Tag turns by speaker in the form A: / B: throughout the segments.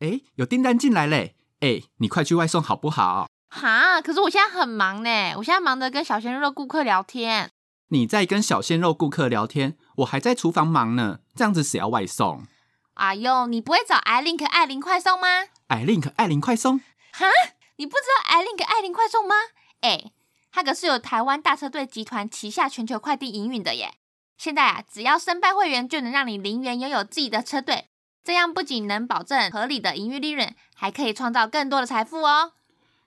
A: 哎，有订单进来嘞！哎，你快去外送好不好？
B: 哈，可是我现在很忙呢，我现在忙着跟小鲜肉的顾客聊天。
A: 你在跟小鲜肉顾客聊天，我还在厨房忙呢。这样子谁要外送？
B: 哎呦，你不会找 i link 艾琳快送吗？
A: 艾琳可艾琳快送，
B: 哈，你不知道 i link 艾琳快送吗？哎，它可是有台湾大车队集团旗下全球快递营运的耶。现在啊，只要申办会员就能让你零元拥有自己的车队，这样不仅能保证合理的营运利润，还可以创造更多的财富哦。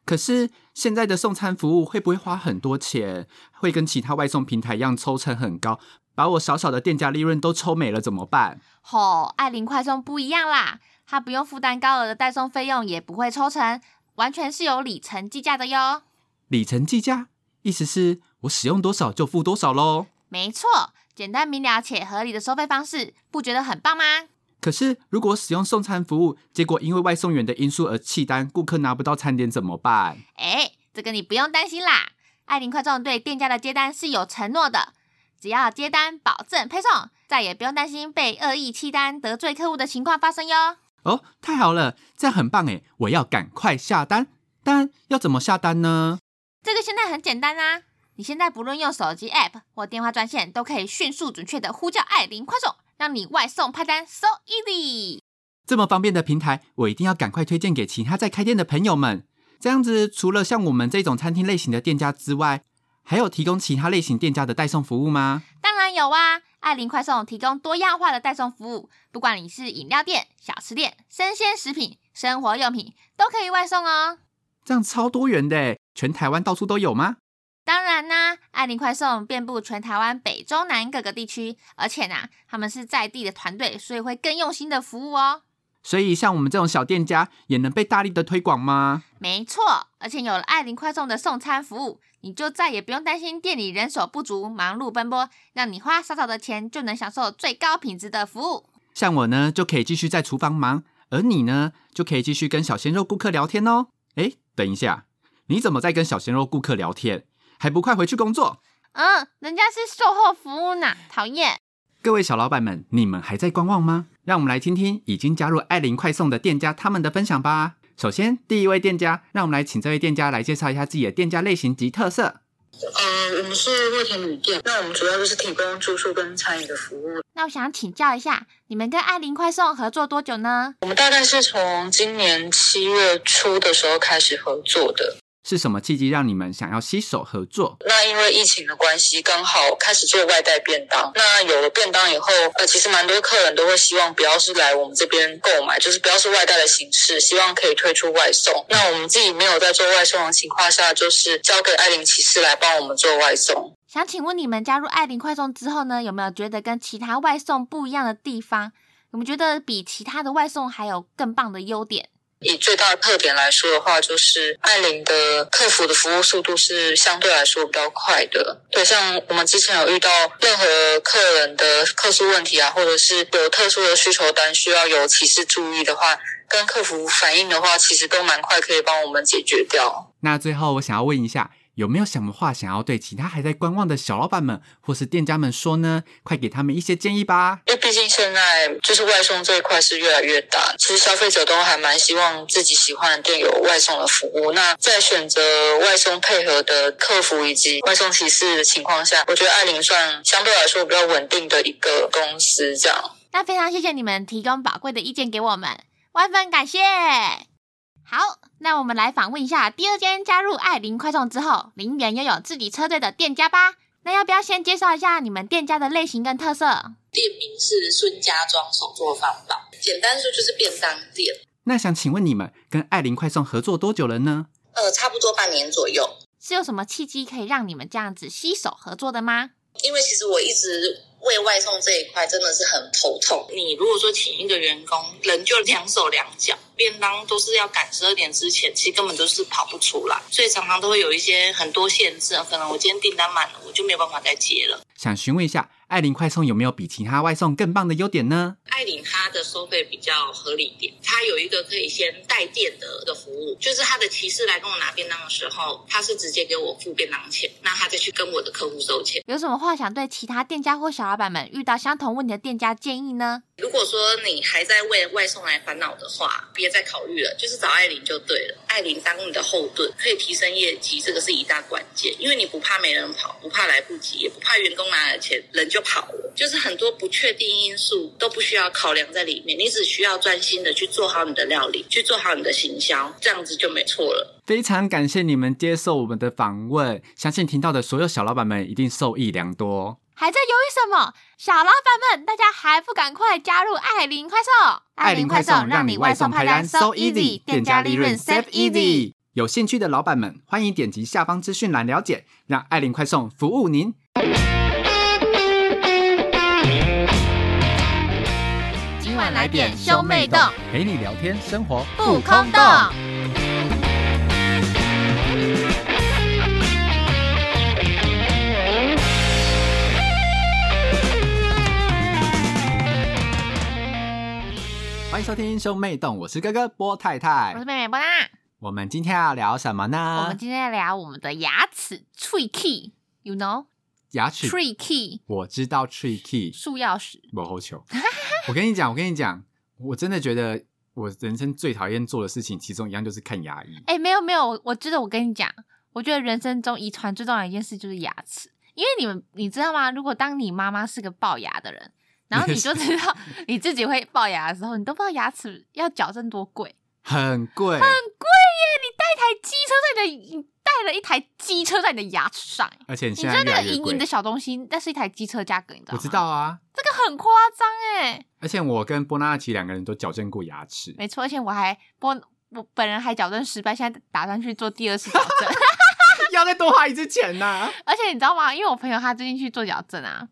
A: 可是现在的送餐服务会不会花很多钱？会跟其他外送平台一样抽成很高，把我小小的店家利润都抽没了怎么办？
B: 吼、艾琳快送不一样啦，它不用负担高额的代送费用，也不会抽成，完全是有里程计价的哟。
A: 里程计价，意思是我使用多少就付多少喽。
B: 没错，简单明了且合理的收费方式，不觉得很棒吗？
A: 可是如果使用送餐服务，结果因为外送员的因素而弃单，顾客拿不到餐点怎么办？
B: 哎，这个你不用担心啦。艾琳快送对店家的接单是有承诺的，只要接单保证配送，再也不用担心被恶意弃单得罪客户的情况发生哟。
A: 哦，太好了，这样很棒诶！我要赶快下单，但要怎么下单呢？
B: 这个现在很简单啊，你现在不论用手机 App 或电话专线，都可以迅速准确的呼叫艾琳快送，让你外送派单 so easy。
A: 这么方便的平台，我一定要赶快推荐给其他在开店的朋友们。这样子，除了像我们这种餐厅类型的店家之外，还有提供其他类型店家的代送服务吗？
B: 当然有啊，艾琳快送提供多样化的代送服务，不管你是饮料店、小吃店、生鲜食品、生活用品，都可以外送哦。
A: 这样超多元的诶，全台湾到处都有吗？
B: 当然啦、爱琳快送遍布全台湾北中南各个地区，而且呢、他们是在地的团队，所以会更用心的服务哦。
A: 所以像我们这种小店家也能被大力的推广吗？
B: 没错，而且有了爱琳快送的送餐服务，你就再也不用担心店里人手不足、忙碌奔波，让你花少少的钱就能享受最高品质的服务。
A: 像我呢，就可以继续在厨房忙，而你呢，就可以继续跟小鲜肉顾客聊天哦。哎，等一下，你怎么在跟小鲜肉顾客聊天？还不快回去工作？
B: 嗯，人家是售后服务呢，讨厌。
A: 各位小老板们，你们还在观望吗？让我们来听听已经加入爱琳快送的店家他们的分享吧。首先，第一位店家，让我们来请这位店家来介绍一下自己的店家类型及特色。
C: 呃，我们是味田旅店，那我们主要就是提供住宿跟餐饮的服务。
B: 那我想请教一下，你们跟爱琳快送合作多久呢？
C: 我们大概是从今年七月初的时候开始合作的。
A: 是什么契机让你们想要携手合作？
C: 那因为疫情的关系，刚好开始做外带便当。那有了便当以后，呃，其实蛮多客人都会希望不要是来我们这边购买，就是不要是外带的形式，希望可以推出外送。那我们自己没有在做外送的情况下，就是交给爱琳骑士来帮我们做外送。
B: 想请问你们加入爱琳快送之后呢，有没有觉得跟其他外送不一样的地方？你们觉得比其他的外送还有更棒的优点？
C: 以最大的特点来说的话，就是艾琳的客服的服务速度是相对来说比较快的。对，像我们之前有遇到任何客人的客诉问题啊，或者是有特殊的需求单需要有提示注意的话，跟客服反映的话，其实都蛮快可以帮我们解决掉。
A: 那最后，我想要问一下，有没有什么话想要对其他还在观望的小老板们或是店家们说呢？快给他们一些建议吧。
C: 因为毕竟现在就是外送这一块是越来越大，其实消费者都还蛮希望自己喜欢的店有外送的服务。那在选择外送配合的客服以及外送提示的情况下，我觉得爱琳算相对来说比较稳定的一个公司这样。
B: 那非常谢谢你们提供宝贵的意见给我们，万分感谢。好，那我们来访问一下第二间加入爱琳快送之后，林园拥有自己车队的店家吧。那要不要先介绍一下你们店家的类型跟特色？
D: 店名是孙家庄手作坊吧，简单说就是便当店。
A: 那想请问你们跟爱琳快送合作多久了呢？
D: 呃，差不多半年左右，
B: 是有什么契机可以让你们这样子携手合作的吗？
D: 因为其实我一直为外送这一块真的是很头痛。你如果说请一个员工，人就两手两脚，便当都是要赶十二点之前，其实根本都是跑不出来，所以常常都会有一些很多限制。可能我今天订单满了，我就没有办法再接了。
A: 想询问一下，爱琳快送有没有比其他外送更棒的优点呢？
D: 爱领它的收费比较合理一点，它有一个可以先带电的一个服务，就是他的骑士来跟我拿便当的时候，他是直接给我付便当钱，那他再去跟我的客户收钱。
B: 有什么话想对其他店家或小老板们遇到相同问题的店家建议呢？
D: 如果说你还在为外送来烦恼的话，别再考虑了，就是找艾琳就对了。艾琳当你的后盾，可以提升业绩，这个是一大关键，因为你不怕没人跑，不怕来不及，也不怕员工拿了钱人就跑了，就是很多不确定因素都不需要考量在里面，你只需要专心的去做好你的料理，去做好你的行销，这样子就没错了。
A: 非常感谢你们接受我们的访问，相信听到的所有小老板们一定受益良多。
B: 还在犹豫什么？小老板们，大家还不赶快加入爱琳快送！
A: 爱琳快送让你外送派单 so easy，店家利润 save easy。有兴趣的老板们，欢迎点击下方资讯栏了解，让爱琳快送服务您。
B: 今晚来点兄妹洞，
A: 陪你聊天，生活
B: 不空洞。
A: 欢迎收听兄妹洞，我是哥哥波太太
B: 我是。妹妹波娜，
A: 我们今天要聊什么
B: 我
A: 呢
B: 们？今天要聊我们的牙齿 tricky，you know
A: 牙齿，
B: tricky
A: 我知道 tricky，
B: 树钥匙。
A: 我后球。我跟你讲，我跟你讲，我真的觉得我人生最讨厌做的事情，其中一样就是看牙医。
B: 哎、没有没有，我我觉得我跟你讲，我觉得人生中遗传最重要的一件事就是牙齿，因为你们你知道吗？如果当你妈妈是个龅牙的人，然后你 就知道你自己会龅牙的时候，你都不知道牙齿要矫正多贵，
A: 很 贵，
B: 很贵耶！你带一台机车在你的，你带了一台机车在你的牙齿上耶，
A: 而且
B: 你
A: 现
B: 知
A: 在
B: 道
A: 越
B: 那
A: 来
B: 个
A: 越
B: 银
A: 贵
B: 银的。小东西，那是一台机车价格，你知道吗？
A: 我知，道啊，
B: 这个很夸张哎，
A: 而且我跟波纳奇两个人都矫正过牙齿，
B: 没错，而且我还我我本人还矫正失败，现在打算去做第二次矫正。
A: 要再多花一次钱呐、
B: 而且你知道吗？因为我朋友他最近去做矫正啊，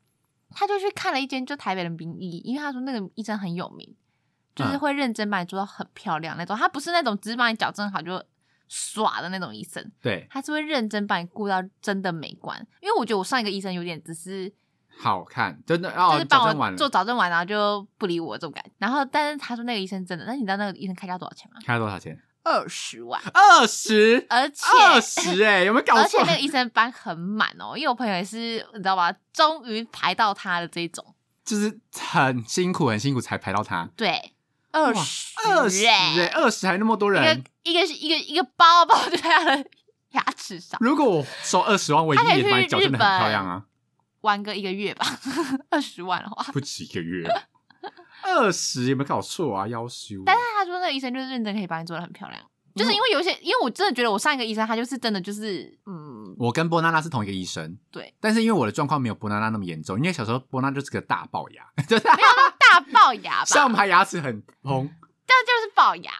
B: 他就去看了一间就台北的名医，因为他说那个医生很有名，就是
A: 嗯
B: 会认真把你做到很漂亮那种。他不是那种只把你矫正好就耍的那种医生，
A: 对，
B: 他是会认真把你顾到真的美观。因为我觉得我上一个医生有点只是
A: 好看，真的
B: 就
A: 哦，
B: 是
A: 矫
B: 帮
A: 正完
B: 我
A: 了，
B: 做矫正完，然后就不理我这种感觉。然后但是他说那个医生真的，那你知道那个医生开价多少钱吗？
A: 看他多少钱？
B: 二十万，
A: 二十，
B: 而且
A: 二十，哎，有没有搞
B: 而且
A: 错？
B: 那个医生班很满哦，因为我朋友也是，你知道吧？终于排到他的这一种，
A: 就是很辛苦，很辛苦才排到他
B: 对，二十，
A: 二十，哎，二十还那么多
B: 一
A: 人
B: 个。一个是一个一个包包就在他的牙齿上，
A: 如果我收二十万，我一定
B: 他可以
A: 也把你
B: 去
A: 矫
B: 日
A: 正的很漂亮啊。
B: 玩个一个月吧，二十万的话。
A: 不止一个月，二十有没有搞错啊？要修，
B: 但是他说那个医生就是认真可以把你做的很漂亮，就是因为有一些，因为我真的觉得我上一个医生他就是真的就是嗯，
A: 我跟波娜娜是同一个医生，
B: 对，
A: 但是因为我的状况没有波娜娜那么严重，因为小时候波娜就是个大龅牙， 就是
B: 没有那种大龅牙吧，
A: 上排牙齿很蓬，
B: 但就是龅牙，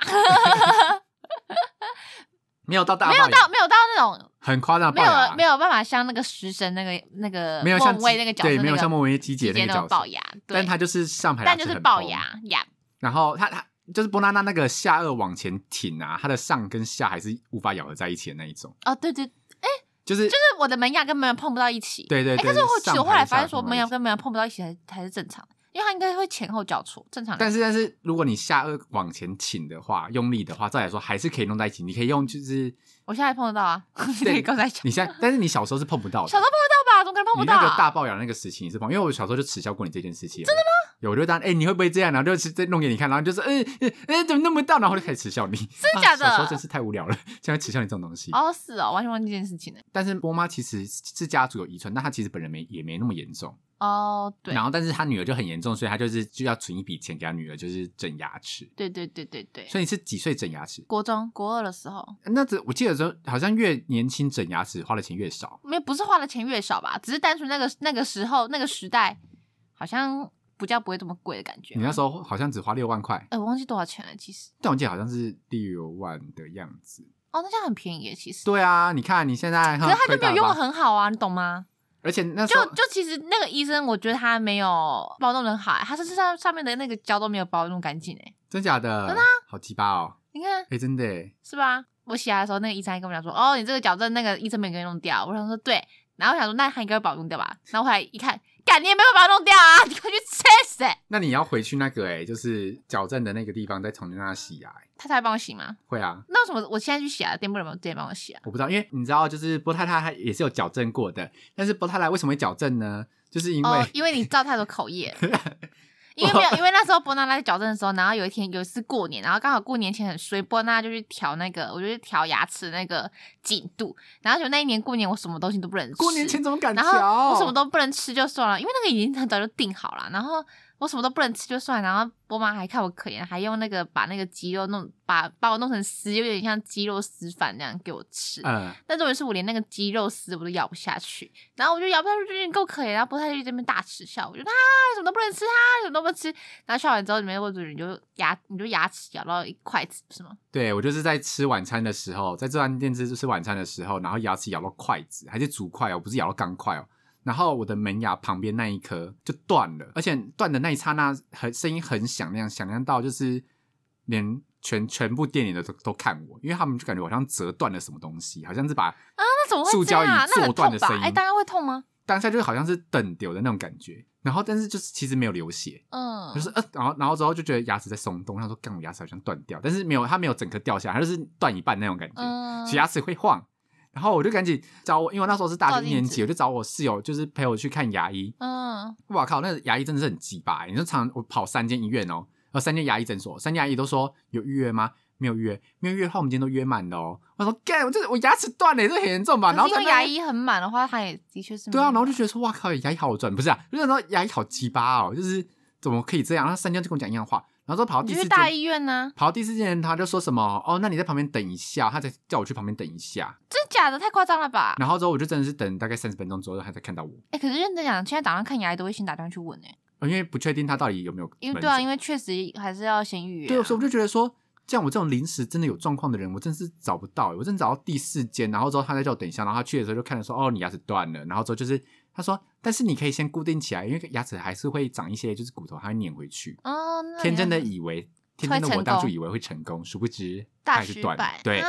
A: 没有到大
B: 没有
A: 龅
B: 到
A: 牙，
B: 没有到那种
A: 很夸张的
B: 没
A: 龅牙，
B: 有没有办法像那个食神那个那个
A: 没有像
B: 孟威那个角色，
A: 对，没有
B: 那个
A: 像莫文蔚机姐
B: 直接
A: 个
B: 那
A: 角
B: 种
A: 色
B: 龅，牙，对，
A: 但他就是上排牙
B: 但
A: 齿
B: 就
A: 很
B: 是
A: 蓬
B: 龅，牙呀。
A: 然后他他。就是波娜娜那个下颚往前挺啊，她的上跟下还是无法咬合在一起的那一种，
B: 哦，对对，
A: 就
B: 就
A: 是
B: 是我的门牙跟门牙碰不到一起。
A: 对对
B: 哎，
A: 对。
B: 可是我其
A: 上
B: 实我后
A: 排下
B: 来发现
A: 颚
B: 说，
A: 碰在
B: 门
A: 一
B: 牙
A: 起
B: 跟门牙碰不到一起才才是正常的，因为它应该会前后交错，正常
A: 但
B: 人。
A: 是，但是如果你下颚往前倾的话，用力的话，照理来说还是可以弄在一起。你可以用，就是
B: 我现在碰得到啊， 你可以刚才讲，
A: 你现在，但是你小时候是碰不到的。
B: 小时候碰得到吧？怎么可能碰不
A: 你
B: 到
A: 那个
B: 啊？
A: 大龅牙那个时期你是碰，因为我小时候就耻笑过你这件事情。真的吗？有，我就当哎、你会不会这样？然后就直接弄给你看，然后就说嗯嗯嗯怎么弄不到？然后就开始耻笑你。真
B: 的假 的
A: 小时候真是太无聊了，竟然耻笑你这种东西。
B: 哦，是哦，完全忘记这件事情了。
A: 但是波妈其实是家族有遗传，但她其实本人没也没那么严重。
B: 哦，对
A: 然，后，但是她女儿就很严重，所以她就是就要存一笔钱给她女儿，就是整牙齿。
B: 对对对对对。
A: 所以你是几岁整牙齿？
B: 国中国二的时候，
A: 那这我记得说，好像越年轻整牙齿花的钱越少。
B: 没有不是花的钱越少吧，只是单纯那个那个时候那个时代，好像比较不会这么贵的感觉吧。
A: 你那时候好像只花六万块，
B: 哎、我忘记多少钱了，其实
A: 但我记得好像是六万的样子。
B: 哦，那这样很便宜耶，其实。
A: 对啊，你看你现在，
B: 可是他就没有用的
A: 很，
B: 很好啊，你懂吗？
A: 而且那时
B: 就
A: 候
B: 就其实那个医生，我觉得他没有包弄的很好、他身上上面的那个胶都没有包弄干净哎。
A: 真假的，
B: 真的
A: 好鸡巴哦！
B: 你看
A: 哎，真的耶，
B: 是吧？我洗牙的时候，那个医生还跟我讲说：“哦，你这个矫正那个医生没给你弄掉。”我想说：“对，然后我想说，那他应该会把我弄掉吧？然后后来一看，干，你也没有把我弄掉啊！你快去 吃死、欸
A: 那你要回去那个哎、就是矫正的那个地方，再重新让它洗牙、欸。
B: 他才帮我洗吗？
A: 会啊，
B: 那为什么我现在去洗啊？店不能直接帮我洗啊？
A: 我不知道，因为你知道，就是波太太她也是有矫正过的，但是波太太为什么会矫正呢？就是因为、哦
B: 哦，因为你造太多口业 了。因为没有，因为那时候波娜拉在矫正的时候，然后有一天有一次过年，然后刚好过年前很衰，波娜就去调那个，我就去调牙齿那个紧度，然后就那一年过年我什么东西都不能吃，
A: 过年前怎么敢
B: 然后
A: 调？
B: 我什么都不能吃就算了，因为那个已经很早就定好了。然后我什么都不能吃就算，然后波妈还看我可怜，还用那个把那个鸡肉弄把把我弄成丝，有点像鸡肉丝饭那样给我吃。
A: 嗯，
B: 但重点是我连那个鸡肉丝我都咬不下去，然后我就咬不下去，就有点够可怜。然后波太就在那边大吃笑，我就啊，什么都不能吃啊，什么都不能吃。然后笑完之后，里面我主你就牙你就牙齿咬到一筷子是吗？
A: 对我就是在吃晚餐的时候，在这间店吃吃晚餐的时候，然后牙齿咬到筷子，还是竹筷哦，不是咬到钢筷哦。然后我的门牙旁边那一颗就断了，而且断的那一刹那很声音很响亮，响亮到就是连全全部店里的都都看我，因为他们就感觉我好像折断了什么东西，好像是把
B: 啊，那怎么
A: 塑
B: 会这
A: 胶
B: 样
A: 椅
B: 啊？那
A: 坐
B: 很
A: 断的
B: 痛
A: 声
B: 吧
A: 音？
B: 哎，大家会痛吗？
A: 当下就好像是等丢的那种感觉，然后但是就是其实没有流血，
B: 嗯，
A: 就是呃，然后然后之后就觉得牙齿在松动，然后说干我牙齿好像断掉，但是没有它没有整颗掉下来，它就是断一半那种感觉，
B: 嗯
A: 其实牙齿会晃。然后我就赶紧找我，因为我那时候是大
B: 照
A: 学一
B: 镜
A: 年
B: 子
A: 级，我就找我室友，就是陪我去看牙医。
B: 嗯，
A: 哇靠，那个牙医真的是很鸡巴、欸！你说常我跑三间医院哦，呃，三间牙医诊所，三间牙医都说有预约吗？没有预约，没有预约的话，我们今天都约满了哦。我说干，我这我牙齿断了，这很严重吧？然
B: 可
A: 后
B: 是
A: 在
B: 因为
A: 那
B: 牙
A: 边
B: 医很满的话，他也的确是
A: 对啊，
B: 没
A: 然后
B: 办
A: 就觉得说，哇靠，牙医好转，不是啊，就想到牙医好鸡巴哦，就是怎么可以这样？然后三天就跟我讲一样话，然后之后跑
B: 法
A: 到
B: 你
A: 第
B: 就
A: 四
B: 去大
A: 间，
B: 医院啊呢、
A: 跑到第四间，他就说什么哦，那你在旁边等一下，他才叫我去旁边等一下。
B: 真假的太夸张了吧？
A: 然后之后我就真的是等大概三十分钟左右，他才看到我，
B: 哎、可是认真讲，现在打算看牙医都会先打电话去问哎、
A: 呃因为不确定他到底有没有
B: 因为
A: 门
B: 对啊，
A: 诊
B: 因为确实还是要先预约、啊。
A: 对，所以我就觉得说，像我这种临时真的有状况的人，我真是找不到欸、我真的找到第四间，然后之后他再叫我等一下，然后他去的时候就看着说，哦，你牙齿断了，然后之后就是他说，但是你可以先固定起来，因为牙齿还是会长一些，就是骨头还会粘回去。
B: 哦，那
A: 天
B: 你
A: 真
B: 要
A: 的以为，天真
B: 会
A: 的我
B: 成
A: 当初
B: 功
A: 以为会成功，殊不知它
B: 大
A: 还是
B: 失
A: 断了
B: 败，
A: 对，
B: 啊，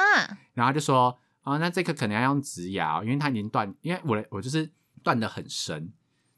A: 然后他就说，啊、那这个可能要用植牙哦、因为它已经断，因为我的我就是断的很深。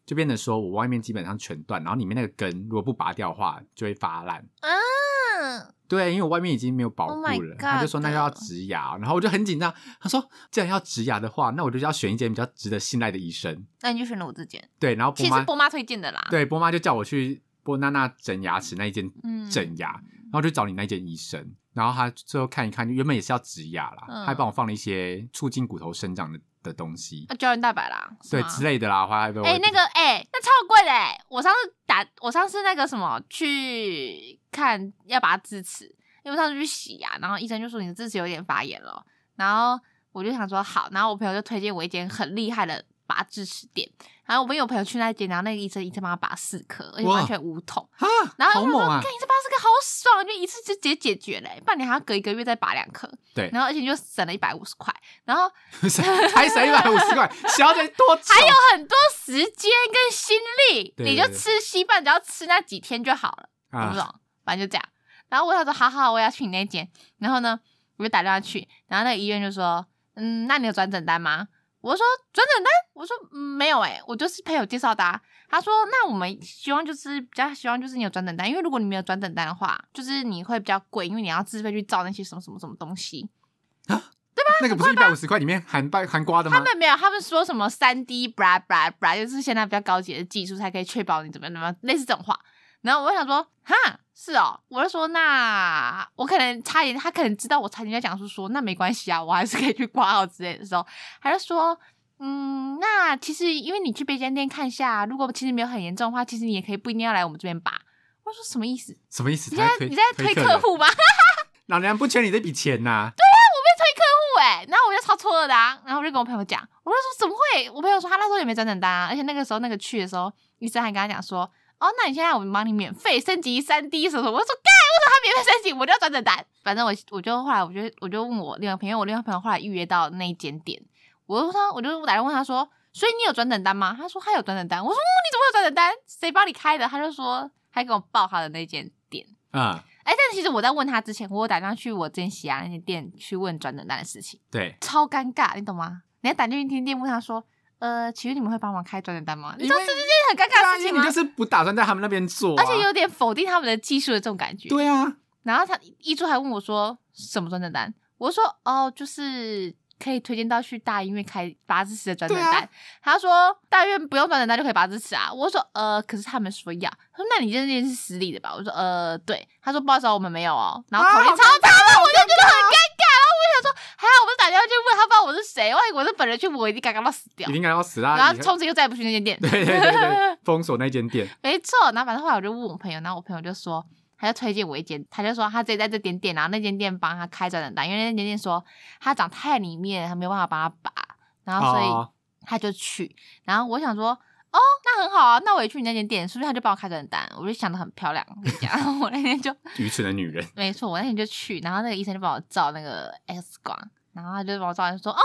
A: 就变得说，我外面基本上全断，然后里面那个根如果不拔掉的话，就会发烂。
B: 嗯，
A: 对，因为我外面已经没有保
B: Oh
A: 护
B: my
A: 了，他就
B: God
A: 说那就要植牙，哦然后我就很紧张。他说，既然要植牙的话，那我就要选一间比较值得信赖的医生。
B: 那你就选了我这间，
A: 对，然后波
B: 其实是
A: 妈
B: 波妈推荐的啦。，
A: 对波妈就叫我去波娜娜整牙齿那一间
B: 嗯
A: 整牙，然后就找你那间医生，然后他最后看一看，原本也是要植牙啦，
B: 嗯
A: 他还帮我放了一些促进骨头生长的的东西，
B: 啊，胶原蛋白啦，是
A: 对
B: 吗
A: 之类的啦，还有
B: 哎、那个哎、那超贵的哎、我上次打，我上次那个什么去看要拔智齿，因为我上次去洗牙，然后医生就说你的智齿有点发炎了，然后我就想说好，然后我朋友就推荐我一间很厉害的拔智齿店，然后我们有朋友去那间，然后那个医生一次帮他拔四颗，而且
A: 哇
B: 完全无痛，
A: 啊，
B: 然后
A: 好
B: 他说
A: 猛啊
B: 看！一次拔四颗好爽，就一次就直接解决嘞、不然你还要隔一个月再拔两颗，
A: 对
B: 然后而且你就省了一百五十块，然后
A: 才省一百五十块，小姐多久？
B: 还有很多时间跟心力，
A: 对
B: 你就吃稀饭，只要吃那几天就好了。我不
A: 啊，
B: 懂，反正就这样。然后我想说，好好，我要去你那间。然后呢，我就打电话去，然后那个医院就说，嗯，那你有转诊单吗？我说转诊单，我说、嗯、没有诶、我就是朋友介绍的、啊。他说，那我们希望就是比较希望就是你有转诊单，因为如果你没有转诊单的话，就是你会比较贵，因为你要自费去照那些什么什么什么东西。
A: 那个不是一百五十块里面含半含瓜的吗
B: 他？们没有，他们说什么三 D bra bra bra，就是现在比较高级的技术才可以确保你怎么样怎么样，类似这种话。然后我就想说，哈，是哦，我就说那我可能差点，他可能知道我差点在讲说说那没关系啊，我还是可以去挂号之类的时候，他就说，嗯，那其实因为你去别间店看一下，啊如果其实没有很严重的话，其实你也可以不一定要来我们这边拔。我说什么意思？
A: 什么意思？
B: 你
A: 他
B: 在
A: 推
B: 你在推
A: 客
B: 客
A: 人，
B: 户吗？
A: 老娘不缺你这笔钱呐、
B: 对，然后我就超错愕的啊，然后我就跟我朋友讲，我就说怎么会？我朋友说他那时候也没转诊单啊，而且那个时候那个去的时候，医生还跟他讲说，哦，那你现在我们帮你免费升级三 D 什么什么，我就说干，为什么他免费升级，我就要转诊单？反正我我就后来我就我就问我另外朋友，我另外朋友后来预约到那一间店，我就说我就打电话问他说，所以你有转诊单吗？他说他有转诊单，我说、嗯、你怎么有转诊单？谁帮你开的？他就说还给我报他的那间店。
A: 啊！
B: 哎，但其实我在问他之前，我有打电话去我之前洗牙那间店去问转诊单的事情。
A: 对，
B: 超尴尬，你懂吗？你要打进去听店问他说：“呃，其实你们会帮忙开转诊单吗？你
A: 因
B: 知道
A: 为
B: 这是件很尴
A: 对
B: 尬
A: 啊，
B: 的事
A: 因为
B: 情
A: 你
B: 吗？
A: 就是不打算在他们那边做、啊，
B: 而且有点否定他们的技术的这种感觉。
A: 对啊，
B: 然后他医助还问我说什么转诊单，我说哦，就是可以推荐到去大医院开拔智齿的转诊单。
A: 对啊
B: 他说大医院不用转诊单就可以拔智齿啊。我说呃，可是他们说要。他说那你这件事是私立的吧？我说呃，对。他说不好意思哦，我们没有哦。然后口
A: 啊
B: 音
A: 好
B: 超差的，我就觉得很尴尬。然后我就想说，还好我们打电话去问他，不知道我是谁。万一我是本人去，我一定尴尬到死掉
A: 一。定感到死啊！
B: 然后
A: 以后
B: 从此就再也不去那间店。
A: 对对对对，封锁那间店，
B: 没错，然后反正后来我就问我朋友，然后我朋友就说，他就推荐我一间，他就说他自己在这间店，然后那间店帮他开转诊单，因为那间店说他长太里面，他没有办法帮他拔，然后所
A: 哦
B: 以他就去，然后我想说。哦，那很好啊，那我也去你那间店，是不是他就帮我开转诊单？我就想的很漂亮，我跟你讲， 我那天就
A: 愚蠢的女人，
B: 没错，我那天就去，然后那个医生就帮我照那个 X 光，然后他就帮我照完就说，哦，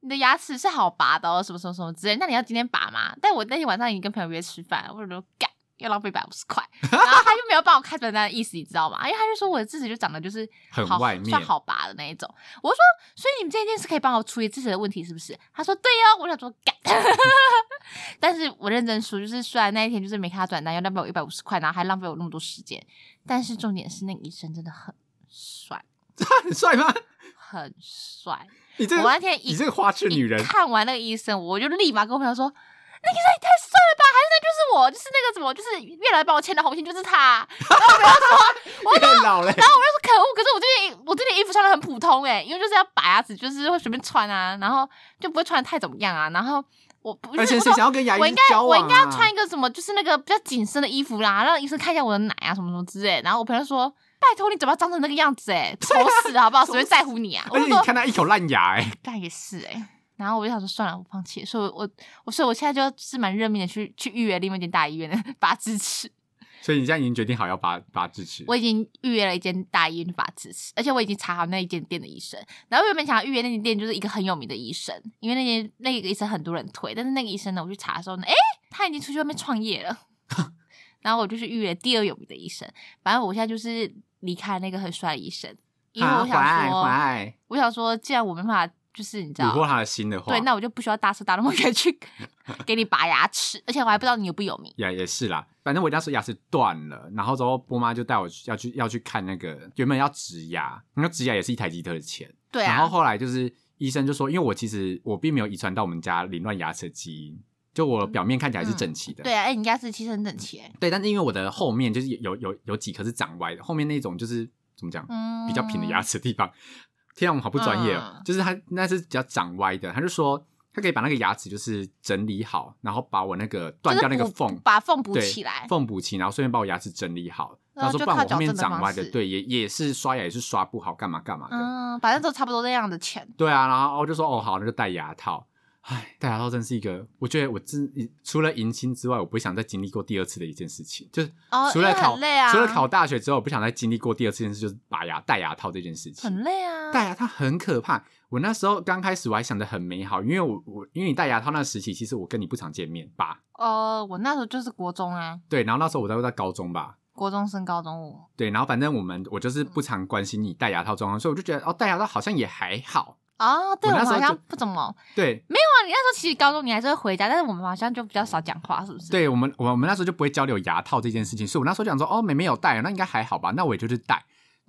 B: 你的牙齿是好拔的哦，什么什么什么之类的。那你要今天拔吗？但我那天晚上已经跟朋友约吃饭，我就说干，又浪费一百五十块。然后他就没有帮我开转单的意思，你知道吗？因为他就说我的智齿就长得就是
A: 很
B: 好
A: 外面
B: 算好拔的那一种。我就说，所以你们这件事可以帮我处理智齿的问题是不是？他说对哦，我想说干。 但是我认真说，就是虽然那一天就是没开他转单，又浪费我一百五十块，然后还浪费我那么多时间，但是重点是那个医生真的很帅，
A: 很帅吗？
B: 很帅。
A: 你这
B: 我
A: 个
B: 那天一
A: 你这个花痴女人
B: 一看完那个医生，我就立马跟我朋友说。那个医生也太帅了吧！还是那就是我，就是那个怎么，就是月老帮我签的红线就是 他。
A: 变老嘞，
B: 然后我就说可恶，可是我这件我这件衣服穿的很普通哎、因为就是要摆牙齿，就是会随便穿啊，然后就不会穿的太怎么样啊。然后我不
A: 而且
B: 是
A: 谁想要跟牙
B: 我
A: 医
B: 应该
A: 交往
B: 我
A: 啊？
B: 应该要穿一个什么，就是那个比较紧身的衣服啦，让医生看一下我的奶啊什么什么之类。然后我朋友说：“拜托你嘴巴张成那个样子哎、丑死 好不好？谁会在乎你啊？”我
A: 而
B: 就
A: 且你
B: 说
A: 看他一口烂牙，哎，：“
B: 但也是哎、然后我就想说算了，我放弃。所以我，我所以我现在就是蛮认命的去去预约另外一间大医院 的拔智齿。
A: 所以你现在已经决定好要拔拔智齿，
B: 我已经预约了一间大医院去拔智齿，而且我已经查好那一间店的医生。然后原本想要预约那间店就是一个很有名的医生，因为那间那个医生很多人推，但是那个医生呢，我去查的时候呢，诶，他已经出去外面创业 了。然后我就去预约第二有名的医生。反正我现在就是离开那个很帅的医生，因为
A: 啊
B: 我想说，
A: 坏
B: 我想说，既然我没办法，就是你知
A: 虏
B: 道，
A: 获他的心的话，
B: 对，那我就不需要大彻大梦的 去给你拔牙齿，而且我还不知道你有不有名。
A: 也也是啦，反正我那时候牙齿断了，然后之后波妈就带我去要去要去看那个原本要植牙，那植牙也是一台机车的钱，
B: 对
A: 然后
B: 啊，
A: 后来就是医生就说，因为我其实我并没有遗传到我们家凌乱牙齿的基因，就我表面看起来是整齐的，
B: 对啊，哎、你牙齿其实很整齐、诶
A: 对但是因为我的后面就是有有有几颗是长歪的，后面那种就是怎么讲，
B: 嗯，
A: 比较平的牙
B: 齿。
A: 齿的地方，天啊，我们好不专业哦、
B: 嗯
A: 就是他那是比较长歪的，他就说他可以把那个牙齿就是整理好，然后把我那个断掉那个
B: 就是补
A: 缝。
B: 把缝补
A: 对
B: 起来。
A: 缝补齐，然后顺便把我牙齿整理好。
B: 然
A: 然后
B: 后就
A: 说不然我
B: 靠
A: 后面
B: 矫正的
A: 长歪的，
B: 方式
A: 对，也也是刷牙也是刷不好，干嘛干嘛的。
B: 嗯，反正都差不多那样的钱。
A: 对啊，然后我就说哦好，那就戴牙套。唉，戴牙套真是一个，我觉得我真除了迎新之外，我不想再经历过第二次的一件事情，就是
B: 哦
A: 除了
B: 因为
A: 考、
B: 很累啊
A: 除了考大学之后，我不想再经历过第二次件事，就是拔牙戴牙套这件事情。
B: 很累啊，
A: 戴牙套很可怕。我那时候刚开始我还想的很美好，因为我我因为你戴牙套那时期，其实我跟你不常见面吧？
B: 哦、我那时候就是国中啊，
A: 对，然后那时候我在在高中吧，
B: 国中升高中我，
A: 对，然后反正我们我就是不常关心你戴牙套状况，所以我就觉得哦戴牙套好像也还好，
B: 哦，对，
A: 我那
B: 我们
A: 时候
B: 好像
A: 就
B: 不怎么。
A: 对，
B: 哇，你那时候其实高中你还是会回家，但是我们好像就比较少讲话，是不是？，
A: 对我们，我们那时候就不会交流牙套这件事情，所以我那时候就想说，哦，妹妹有戴，那应该还好吧，那我也就去戴，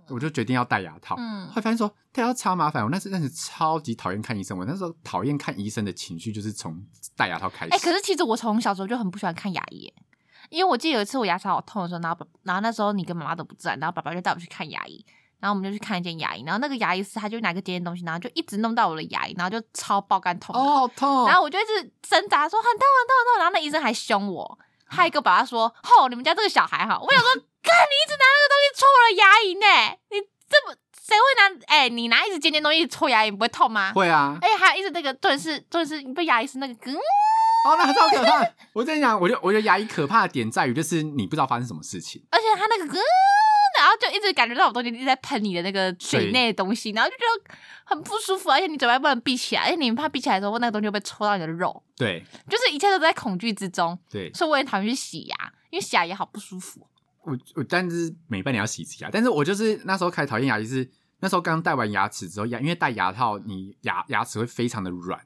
A: 我就决定要戴牙套。
B: 嗯
A: 后来发现说戴牙套超麻烦，我那时那时超级讨厌看医生，我那时候讨厌看医生的情绪就是从戴牙套开始。
B: 哎、可是其实我从小时候就很不喜欢看牙医耶，因为我记得有一次我牙齿好痛的时候，然后爸然后那时候你跟妈妈都不在，然后爸爸就带我去看牙医，然后我们就去看一间牙医，然后那个牙医师他就拿个尖尖东西，然后就一直弄到我的牙龈，然后就超爆肝痛的。
A: 哦，好痛！
B: 然后我就一直挣扎说很痛很痛很痛，然后那医生还凶我，还有一个爸爸说：“吼、你们家这个小孩哈！”我 想说，看你一直拿那个东西戳我的牙龈呢，你这么谁会拿？哎、你拿一直尖尖东西戳牙龈不会痛吗？
A: 会啊，
B: 而且还有一直那个，重点是重点是你被牙医师那个嗯
A: 哦，那超可怕！我在讲，我就我觉得牙医可怕的点在于，就是你不知道发生什么事情。
B: 而且他那个嗯，然后就一直感觉到我东西一直在喷你的那个嘴
A: 对
B: 内的东西，然后就觉得很不舒服，而且你嘴巴不能闭起来，而且你怕闭起来的时候，那个东西会被戳到你的肉，
A: 对
B: 就是一切都在恐惧之中，
A: 对，
B: 所以我也讨厌去洗牙，因为洗牙也好不舒服。
A: 我我但是每半年要洗一次牙，但是我就是那时候开始讨厌牙医是那时候刚戴完牙齿之后牙，因为戴牙套你牙牙齿会非常的软，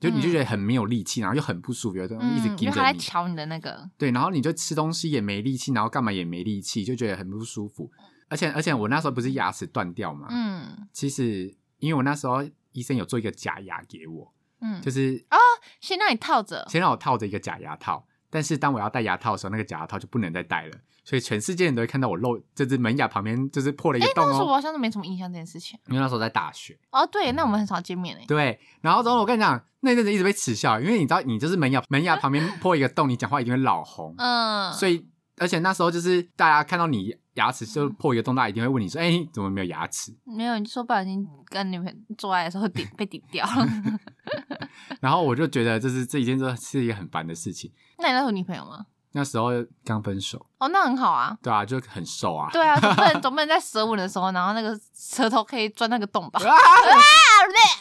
A: 就你就觉得很没有力气，然后又很不舒服，有的东西一直
B: 嗯因
A: 盯
B: 为
A: 着
B: 他在
A: 你。
B: 瞧你的那个，
A: 对，然后你就吃东西也没力气，然后干嘛也没力气，就觉得很不舒服。而且而且我那时候不是牙齿断掉嘛，
B: 嗯
A: 其实因为我那时候医生有做一个假牙给我，
B: 嗯，
A: 就是是
B: 先让你套着，
A: 先让我套着一个假牙套，但是当我要戴牙套的时候，那个假牙套就不能再戴了，所以全世界人都会看到我露，这只门牙旁边就是破了一
B: 哎
A: 个，洞
B: 那时候我
A: 哦。
B: 好像都没什么印象这件事情。
A: 因为那时候在大学，
B: 哦，对，那我们很少见面欸诶。
A: 对，然后之后我跟你讲，那阵子一直被耻笑，因为你知道，你就是门牙门牙旁边破一个洞，你讲话一定会老红，
B: 嗯，
A: 所以而且那时候就是大家看到你牙齿就破一个洞，大家一定会问你说：“哎、你怎么没有牙齿
B: 没有，你说不小心跟女朋友做爱的时 候顶被顶掉 了。？”
A: 然后我就觉得这是这一件这是一个很烦的事情。
B: 那你那时候有女朋友吗？
A: 那时候刚分手，
B: 哦，那很好 啊。
A: 对啊，就很瘦啊。
B: 对啊，总不能 总不能在舌吻的时候，然后那个舌头可以钻那个 洞吧？
A: 啊
B: 啊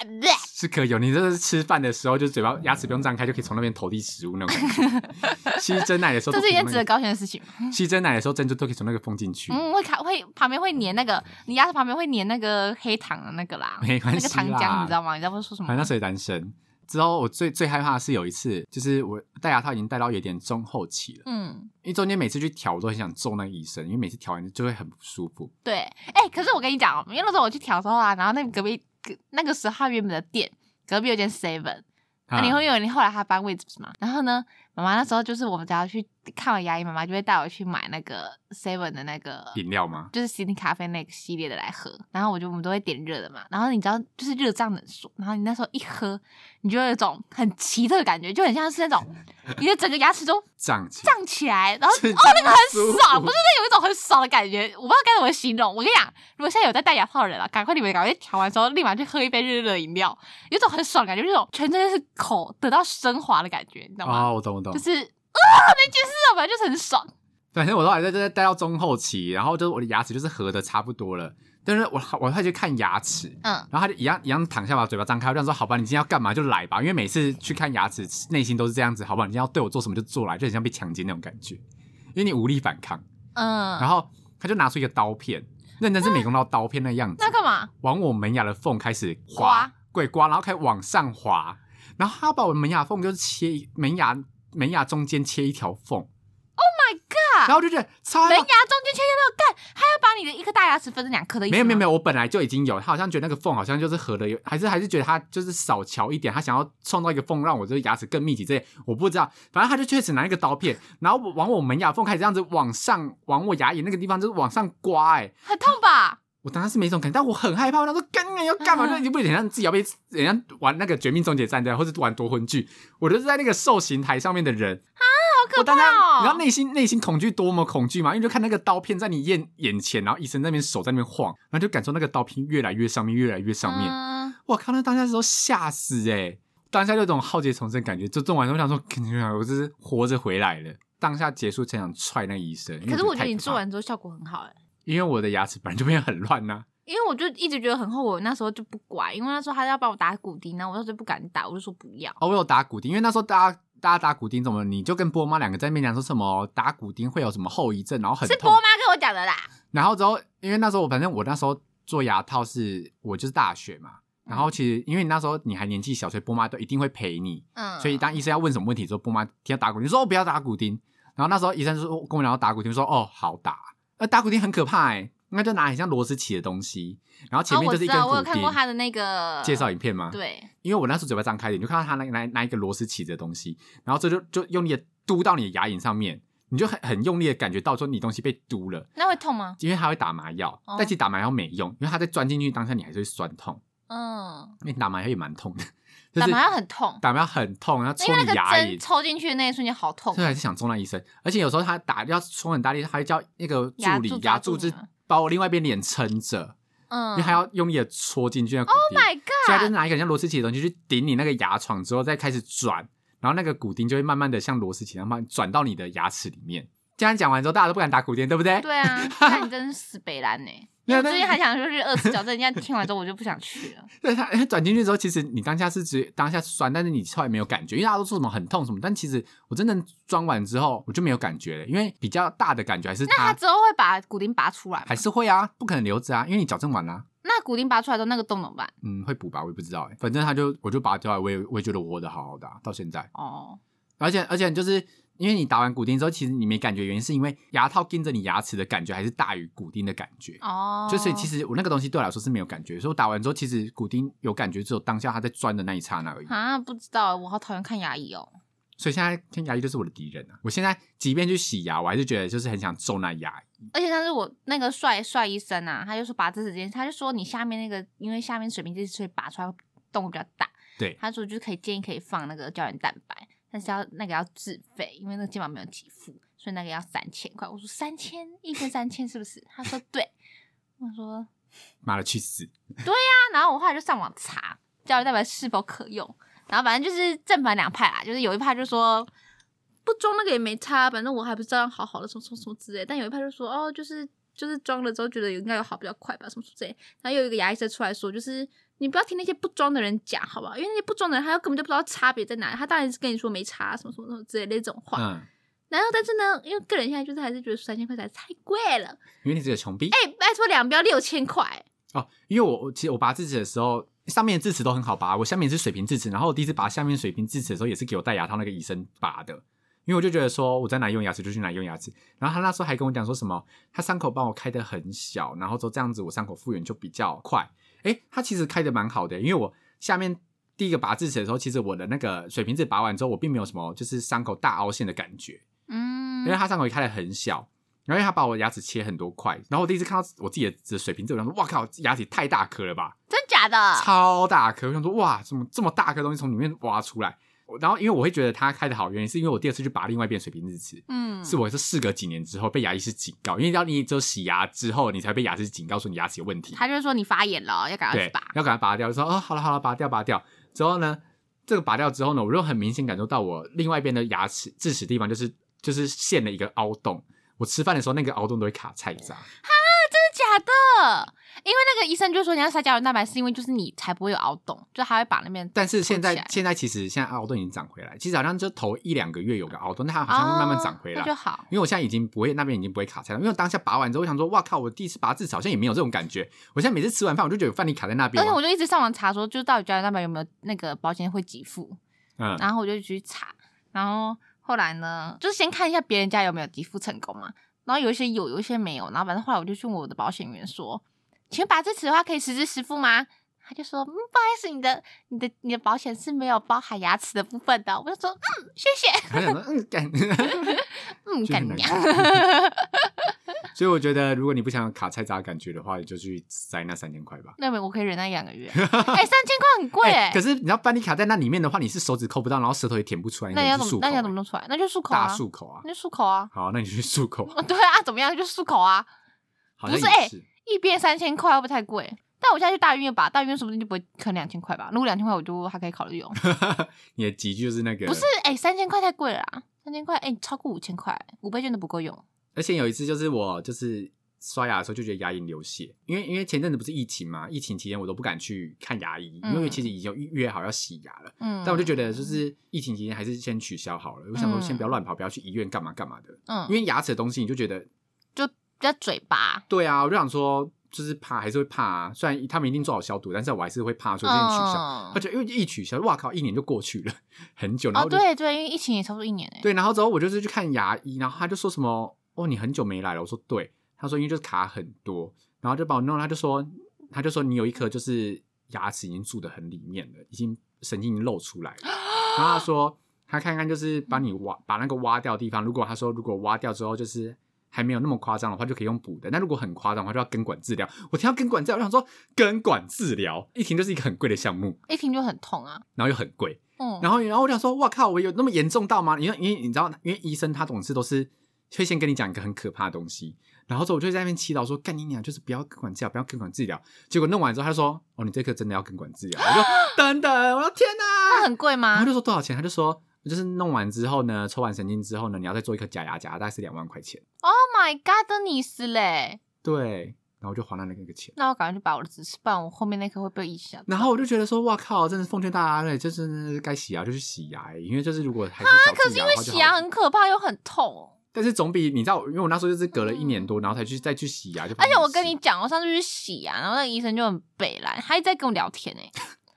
B: 对对
A: 是可有，你这是吃饭的时候，就嘴巴牙齿不用张开，就可以从那边投递食物那种 感觉。吸真奶的时候
B: 这
A: 都可
B: 是
A: 以
B: 一
A: 从
B: 件
A: 那
B: 值
A: 个，
B: 得高兴的 事情吗。
A: 吸真奶的时候珍珠都可以从那个缝进去。
B: 嗯，会卡会旁边会粘 那个，你牙齿旁边会粘那个黑糖的那个啦，
A: 没关系
B: 那个
A: 啦
B: 糖浆你知道吗？你知道不是说什
A: 反正？
B: 么
A: 那时候也单身。之后我最最害怕的是有一次，就是我戴牙套已经戴到有点中后期了，
B: 嗯，
A: 因为中间每次去调，我都很想揍那个医生，因为每次调完就会很不舒服。
B: 对，哎、可是我跟你讲哦，因为那时候我去调的时候啊，然后那隔壁隔那个时候他原本的店隔壁有间 Seven，、啊、你会有你后来他搬位置嘛？然后呢，妈妈那时候就是我们只要去看完牙医，妈妈就会带我去买那个 Seven 的那个
A: 饮料吗？
B: 就是西林咖啡那个系列的来喝，然后我就我们都会点热的嘛，然后你知道就是热胀冷缩，然后你那时候一喝，你就会有一种很奇特的感觉，就很像是那种你的整个牙齿都
A: 胀气，
B: 胀起来，然后
A: 是
B: 哦
A: 胀
B: 那个
A: 到舒
B: 很爽，
A: 服
B: 不是那有一种很爽的感觉，我不知道该怎么形容。我跟你讲，如果现在有在戴牙套的人啊，赶快你们赶快调完之后立马去喝一杯热热的饮料，有一种很爽的感觉，就是那种全身是口得到升华的感觉，你知道吗？
A: 哦，我懂我懂
B: 就。是啊，那件事啊，本来就是很爽。
A: 反正我都还在在待到中后期，然后就是我的牙齿就是合的差不多了，但是我我快去看牙齿，
B: 嗯，
A: 然后他就一样一样躺下，把嘴巴张开，我就想说好吧，你今天要干嘛就来吧，因为每次去看牙齿，内心都是这样子，好吧，你今天要对我做什么就做来，就很像被强奸那种感觉，因为你无力反抗。
B: 嗯，
A: 然后他就拿出一个刀片，认真是美工刀刀片那样子
B: 那，干嘛？
A: 往我门牙的缝开始
B: 刮
A: 刮，对刮，然后开始往上滑，然后他把我的门牙缝就是切一门牙门牙中间切一条缝，
B: Oh My God！
A: 然后我就觉得超害
B: 门
A: 怕
B: 牙中间切掉干，他要把你的一颗大牙齿分成两颗的意思
A: 没有没有没
B: 有，
A: 有，我本来就已经有，他好像觉得那个缝好像就是合的有，还是还是觉得他就是少瞧一点，他想要创造一个缝，让我这个牙齿更密集这些，我不知道，反正他就确实拿一个刀片，然后往我门牙缝开始这样子往上，往我牙龈那个地方就是往上刮、哎，
B: 很痛吧？
A: 我当时是没这种感觉，但我很害怕，我想说干啊嘛要干嘛，
B: 嗯
A: 就已经不能想象自己要被人家玩那个绝命终结战这样，或者玩夺魂锯，我就是在那个受刑台上面的人啊，好
B: 可怕哦
A: 你知道内心内心恐惧多么恐惧吗？因为就看那个刀片在你眼眼前，然后医生在那边手在那边晃，然后就感受那个刀片越来越上面，越来越上面。
B: 嗯
A: 我靠，那当下的时候吓死哎、当下就有种浩劫重生的感觉，就做完之后想说，肯定我这是活着回来了。当下结束，才想踹那个医生。因为
B: 可是我觉得
A: 太
B: 你
A: 可怕
B: 做，完之后效果很好哎、
A: 因为我的牙齿本来就变得很乱呐、
B: 因为我就一直觉得很后悔，我那时候就不管，因为那时候他要帮我打骨钉，然后我那时候就不敢打，我就说不要。
A: 哦，我有打骨钉，因为那时候大家大家打骨钉怎么，你就跟波妈两个在面讲说什么打骨钉会有什么后遗症，然后很
B: 是波
A: 痛。
B: 妈跟我讲的啦，
A: 然后之后，因为那时候我反正我那时候做牙套是我就是大学嘛，然后其实因为那时候你还年纪小，所以波妈都一定会陪你，
B: 嗯，
A: 所以当医生要问什么问题的时候，波妈听到打骨钉，说哦不要打骨钉。然后那时候医生就说跟我聊到打骨钉，我说哦好打，呃打骨钉很可怕哎、那就拿很像螺丝起的东西，然后前
B: 哦
A: 面
B: 我
A: 就是
B: 知
A: 一根
B: 道，我
A: 骨
B: 有看
A: 钉。
B: 过他的那个
A: 介绍影片吗？
B: 对，
A: 因为我那时候嘴巴张开一点，你就看到他那那那一个螺丝起子的东西，然后这就就用力的嘟到你的牙龈上面，你就很很用力的感觉到说你东西被嘟了，
B: 那会痛吗？
A: 因为他会打麻药，
B: 哦
A: 但其实打麻药没用，因为他在钻进去当下你还是会酸痛，
B: 嗯，
A: 因为打麻药也蛮痛的，就是
B: 打麻药很痛，
A: 打麻药很痛，然后
B: 因
A: 戳
B: 为
A: 你
B: 那个
A: 牙
B: 针
A: 龈。
B: 抽进去的那一瞬间好痛
A: 所以。还是啊想中那医生，而且有时候他打要戳很大力，他还叫那个
B: 牙
A: 助理
B: 助
A: 牙
B: 抓
A: 助是
B: 住你吗
A: 把我另外一边脸撑着，因
B: 嗯
A: 为他要用力的戳进去那骨钉。
B: ，Oh my
A: 所以他就是
B: God！
A: 拿一个很像螺丝起的东西去顶你那个牙床之后，再开始转，然后那个骨钉就会慢慢的像螺丝起一样，慢慢转到你的牙齿里面。这样讲完之后，大家都不敢打骨钉，对不对？
B: 对啊，那你真是死北兰呢。因
A: 没有
B: 为我最近
A: 但
B: 还想说是二次矫正，人家听完之后我就不想 去了。
A: 对，它它转进去之后，其实你当下是只当下酸，但是你后来没有感觉，因为大家都说什么很痛什么，但其实我真正装完之后，我就没有感觉了，因为比较大的感觉还是
B: 那他
A: 它
B: 之后会把骨钉拔出来吗？
A: 还是会啊，不可能留着啊，因为你矫正完啦、
B: 那那骨钉拔出来的那个洞怎么办？
A: 嗯，会补吧，我也不知道哎。反正他就我就拔掉了，我也我也觉得我活得好好的啊、到现在。
B: 哦，
A: 而且而且就是因为你打完骨钉之后，其实你没感觉，原因是因为牙套跟着你牙齿的感觉还是大于骨钉的感觉。
B: 哦，
A: 就所以其实我那个东西对我来说是没有感觉，所以我打完之后，其实骨钉有感觉，只有当下它在钻的那一刹那而已。
B: 啊，不知道，我好讨厌看牙医哦。
A: 所以现在看牙医就是我的敌人啊！我现在即便去洗牙，我还是觉得就是很想揍那牙医。
B: 而且上次我那个帅帅医生啊，他就说拔智齿这件事，他就说你下面那个，因为下面水平这所以拔出来洞会比较大。
A: 对
B: 他说就是可以建议可以放那个胶原蛋白，但是要那个要自费，因为那个健保没有给付，所以那个要三千块。我说三千一天三千是不是？他说对。我说
A: 妈的，去死！
B: 那然后我后来就上网查胶原蛋白是否可用，然后反正就是正反两派啊，就是有一派就说不装那个也没差，啊反正我还不是照样好好的什么什么什么之类，但有一派就说哦，就是就是装了之后觉得应该有好比较快吧，什么什么之类，然后又有一个牙医生出来说，就是你不要听那些不装的人讲，好不好？因为那些不装的人，他又根本就不知道差别在哪里，他当然是跟你说没差，啊什么什么什么之类的那种话。
A: 嗯，
B: 然后但是呢，因为个人现在就是还是觉得三千块才太贵了，
A: 因为你这个穷逼
B: 哎、拜托两标六千块，
A: 哦。因为我我其实我拔智齿的时候，上面的智齿都很好拔，我下面是水平智齿，然后我第一次拔下面水平智齿的时候，也是给我戴牙套那个医生拔的。因为我就觉得说我在哪里用牙齿就去哪里用牙齿，然后他那时候还跟我讲说什么，他伤口帮我开的很小，然后说这样子我伤口复原就比较快。诶，他其实开的蛮好的，因为我下面第一个拔智齿的时候，其实我的那个水平智拔完之后，我并没有什么就是伤口大凹陷的感觉，
B: 嗯
A: 因为他伤口也开的很小，然后因为他把我牙齿切很多块，然后我第一次看到我自己的水平智，我想说哇靠，牙齿太大颗了吧，
B: 真假的？
A: 超大颗，我想说哇，怎么这么大颗东西从里面挖出来？我然后因为我会觉得它开的好，原因是因为我第二次去拔另外一边水平智齿，
B: 嗯，
A: 是我是事隔几年之后被牙医师警告，因为要你只有洗牙之后，你才被牙师警告说你牙齿有问题，
B: 他就说你发炎了，要赶快
A: 对
B: 去拔，。
A: 要赶快拔掉。说哦，好了好了，拔掉拔掉。之后呢，这个拔掉之后呢，我就很明显感受到我另外一边的牙齿智齿地方就是就是陷了一个凹洞。我吃饭的时候，那个凹洞都会卡菜渣。
B: 真的假的？因为那个医生就说你要塞胶原蛋白，是因为就是你才不会有凹洞，就他会把那边
A: 但是现
B: 凸
A: 在
B: 起来
A: 现在其实现在凹洞已经长回来，其实好像就头一两个月有个凹洞，但它好像会慢慢长回来。
B: 哦那就好。
A: 因为我现在已经不会那边已经不会卡菜了，因为我当下拔完之后，我想说，哇靠，我第一次拔智齿好像也没有这种感觉。我现在每次吃完饭，我就觉得有饭粒卡在那边
B: 而且
A: 嘛。
B: 我就一直上网查说，就是到底胶原蛋白有没有那个保险会给付，
A: 嗯，
B: 然后我就去查，然后后来呢，就是先看一下别人家有没有给付成功嘛，然后有一些有，有一些没有，然后反正后来我就去问我的保险员说，请问拔智齿的话可以实支实付吗？他就说，嗯，不好意思，你的、你的、你的保险是没有包含牙齿的部分的。我就说，嗯，谢谢，
A: 还想说，嗯，干。
B: 嗯，
A: 就
B: 干
A: 很
B: 你
A: 难
B: 娘。
A: 所以我觉得，如果你不想有卡菜渣的感觉的话，你就去塞那三千块吧。
B: 那边我可以忍耐 两个月，哎、三千块很贵哎、
A: 欸可是你要把你卡在那里面的话，你是手指抠不到，然后舌头也舔不出来，
B: 那你要怎
A: 可能是漱？口
B: 么那你要
A: 欸
B: 怎么弄出来？那就漱口啊，
A: 大漱口啊？
B: 那就漱口啊。
A: 好，那你就去漱口。
B: 对啊，怎么样就漱口啊，
A: 好像
B: 不是
A: 也
B: 欸一边三千块会不会太贵？但我现在去大医院吧，大医院说不定就不会可能两千块吧。如果两千块，我就还可以考虑用。
A: 你的急就是那个
B: 不是，哎、三千块太贵了啊，三千块，哎、超过五千块，五倍券都不够用。
A: 而且有一次就是我就是刷牙的时候就觉得牙龈流血，因为因为前阵子不是疫情嘛，疫情期间我都不敢去看牙医，
B: 嗯
A: 因为其实已经有预约好要洗牙了，
B: 嗯，
A: 但我就觉得就是疫情期间还是先取消好了。我想说先不要乱跑，不要去医院干嘛干嘛的，
B: 嗯，
A: 因为牙齿的东西你就觉得
B: 就比较嘴巴，
A: 对啊，我就想说，就是怕还是会怕啊。虽然他们一定做好消毒，但是我还是会怕，所以这件取消。
B: 嗯
A: 而且因为一取消，哇靠，一年就过去了， 很久。然
B: 哦，
A: 后就、
B: 对对，因为疫情也差不多一年哎、
A: 对然后之后我就是去看牙医，然后他就说什么哦，你很久没来了。我说对，他说因为就是卡很多，然后就把我弄，他就说他就说你有一颗就是牙齿已经蛀的很里面了，已经神经已经露出来了。然后他说他看看就是把你挖把那个挖掉的地方，如果他说如果挖掉之后就是还没有那么夸张的话，就可以用补的。那如果很夸张的话，就要根管治疗。我听到根管治疗，我想说根管治疗一听就是一个很贵的项目，
B: 一听就很痛啊。
A: 然后又很贵。
B: 嗯，
A: 然后然后我想说，哇靠，我有那么严重到吗？因为因为你知道，因为医生他总是都是会先跟你讲一个很可怕的东西，然后之后我就在那边祈祷说，干你娘，就是不要根管治疗，不要根管治疗。结果弄完之后，他说，哦，你这颗真的要根管治疗。 我就等等，我的天哪！
B: 那很贵
A: 然后
B: 吗
A: 就？说多少钱？他就说，就是弄完之后呢，抽完神经之后呢，你要再做一颗假牙，假牙大概是两万块钱。
B: Oh my god，真你死嘞！
A: 对，然后我就还了那个那个钱。
B: 那我赶快去拔我的智齿，不然我后面那颗会被影响。
A: 然后我就觉得说，哇靠，真的奉劝大家嘞，就是该洗牙就去洗牙，因为就是如果还是小
B: 啊可
A: 蛀
B: 是
A: 牙
B: 因
A: 的
B: 为
A: 话就
B: 洗
A: 好
B: 牙
A: 了
B: 很可怕又很痛，
A: 但是总比你知道，因为我那时候就是隔了一年多，然后才去再去洗牙，就发
B: 嗯而
A: 现
B: 且我跟
A: 是
B: 你讲，我上次去洗牙，然后那个医生就很北蓝，他一直在跟我聊天 哎、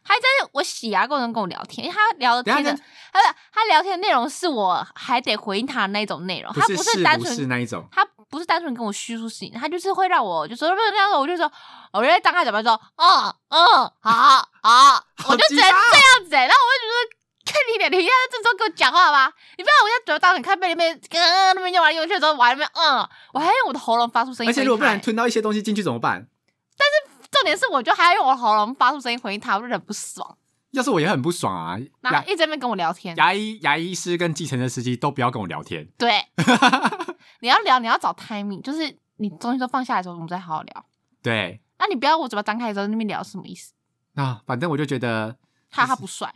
B: 他一直在我洗牙过程跟我聊天，因为他聊的
A: 等一下
B: 天的，他他聊天的内容是我还得回应他的那种内容，
A: 不
B: 他
A: 是
B: 是
A: 是
B: 单
A: 不
B: 纯
A: 是那一种，
B: 他不是单纯跟我叙述事情，他就是会让我就说不是那样，我就说，我就会张开嘴巴说，嗯嗯，好好， 我就只
A: 鸡
B: 能这
A: 巴
B: 样子、欸，然后我就觉得，看你脸，你现在这么多跟我讲话吧，你不要我现在嘴巴张很开，被那边嗯那边用来用去的时候，我还在那边嗯，我还用我的喉咙发出声音
A: 而
B: 回应他欸，
A: 且如果不然吞到一些东西进去怎么办？
B: 重点是我就还要用我的喉咙发出声音回应他，我就很不爽，
A: 要是我也很不爽啊！
B: 然后
A: 牙
B: 一直在那边跟我聊天，
A: 牙医、牙医师跟计程车司机都不要跟我聊天，
B: 对，你要聊你要找 timing，就是你东西都放下来的时候，我们再好好聊，
A: 对
B: 那你不要我嘴巴张开的时候在那边聊什么意思？
A: 啊，反正我就觉得，
B: 他他 不帅，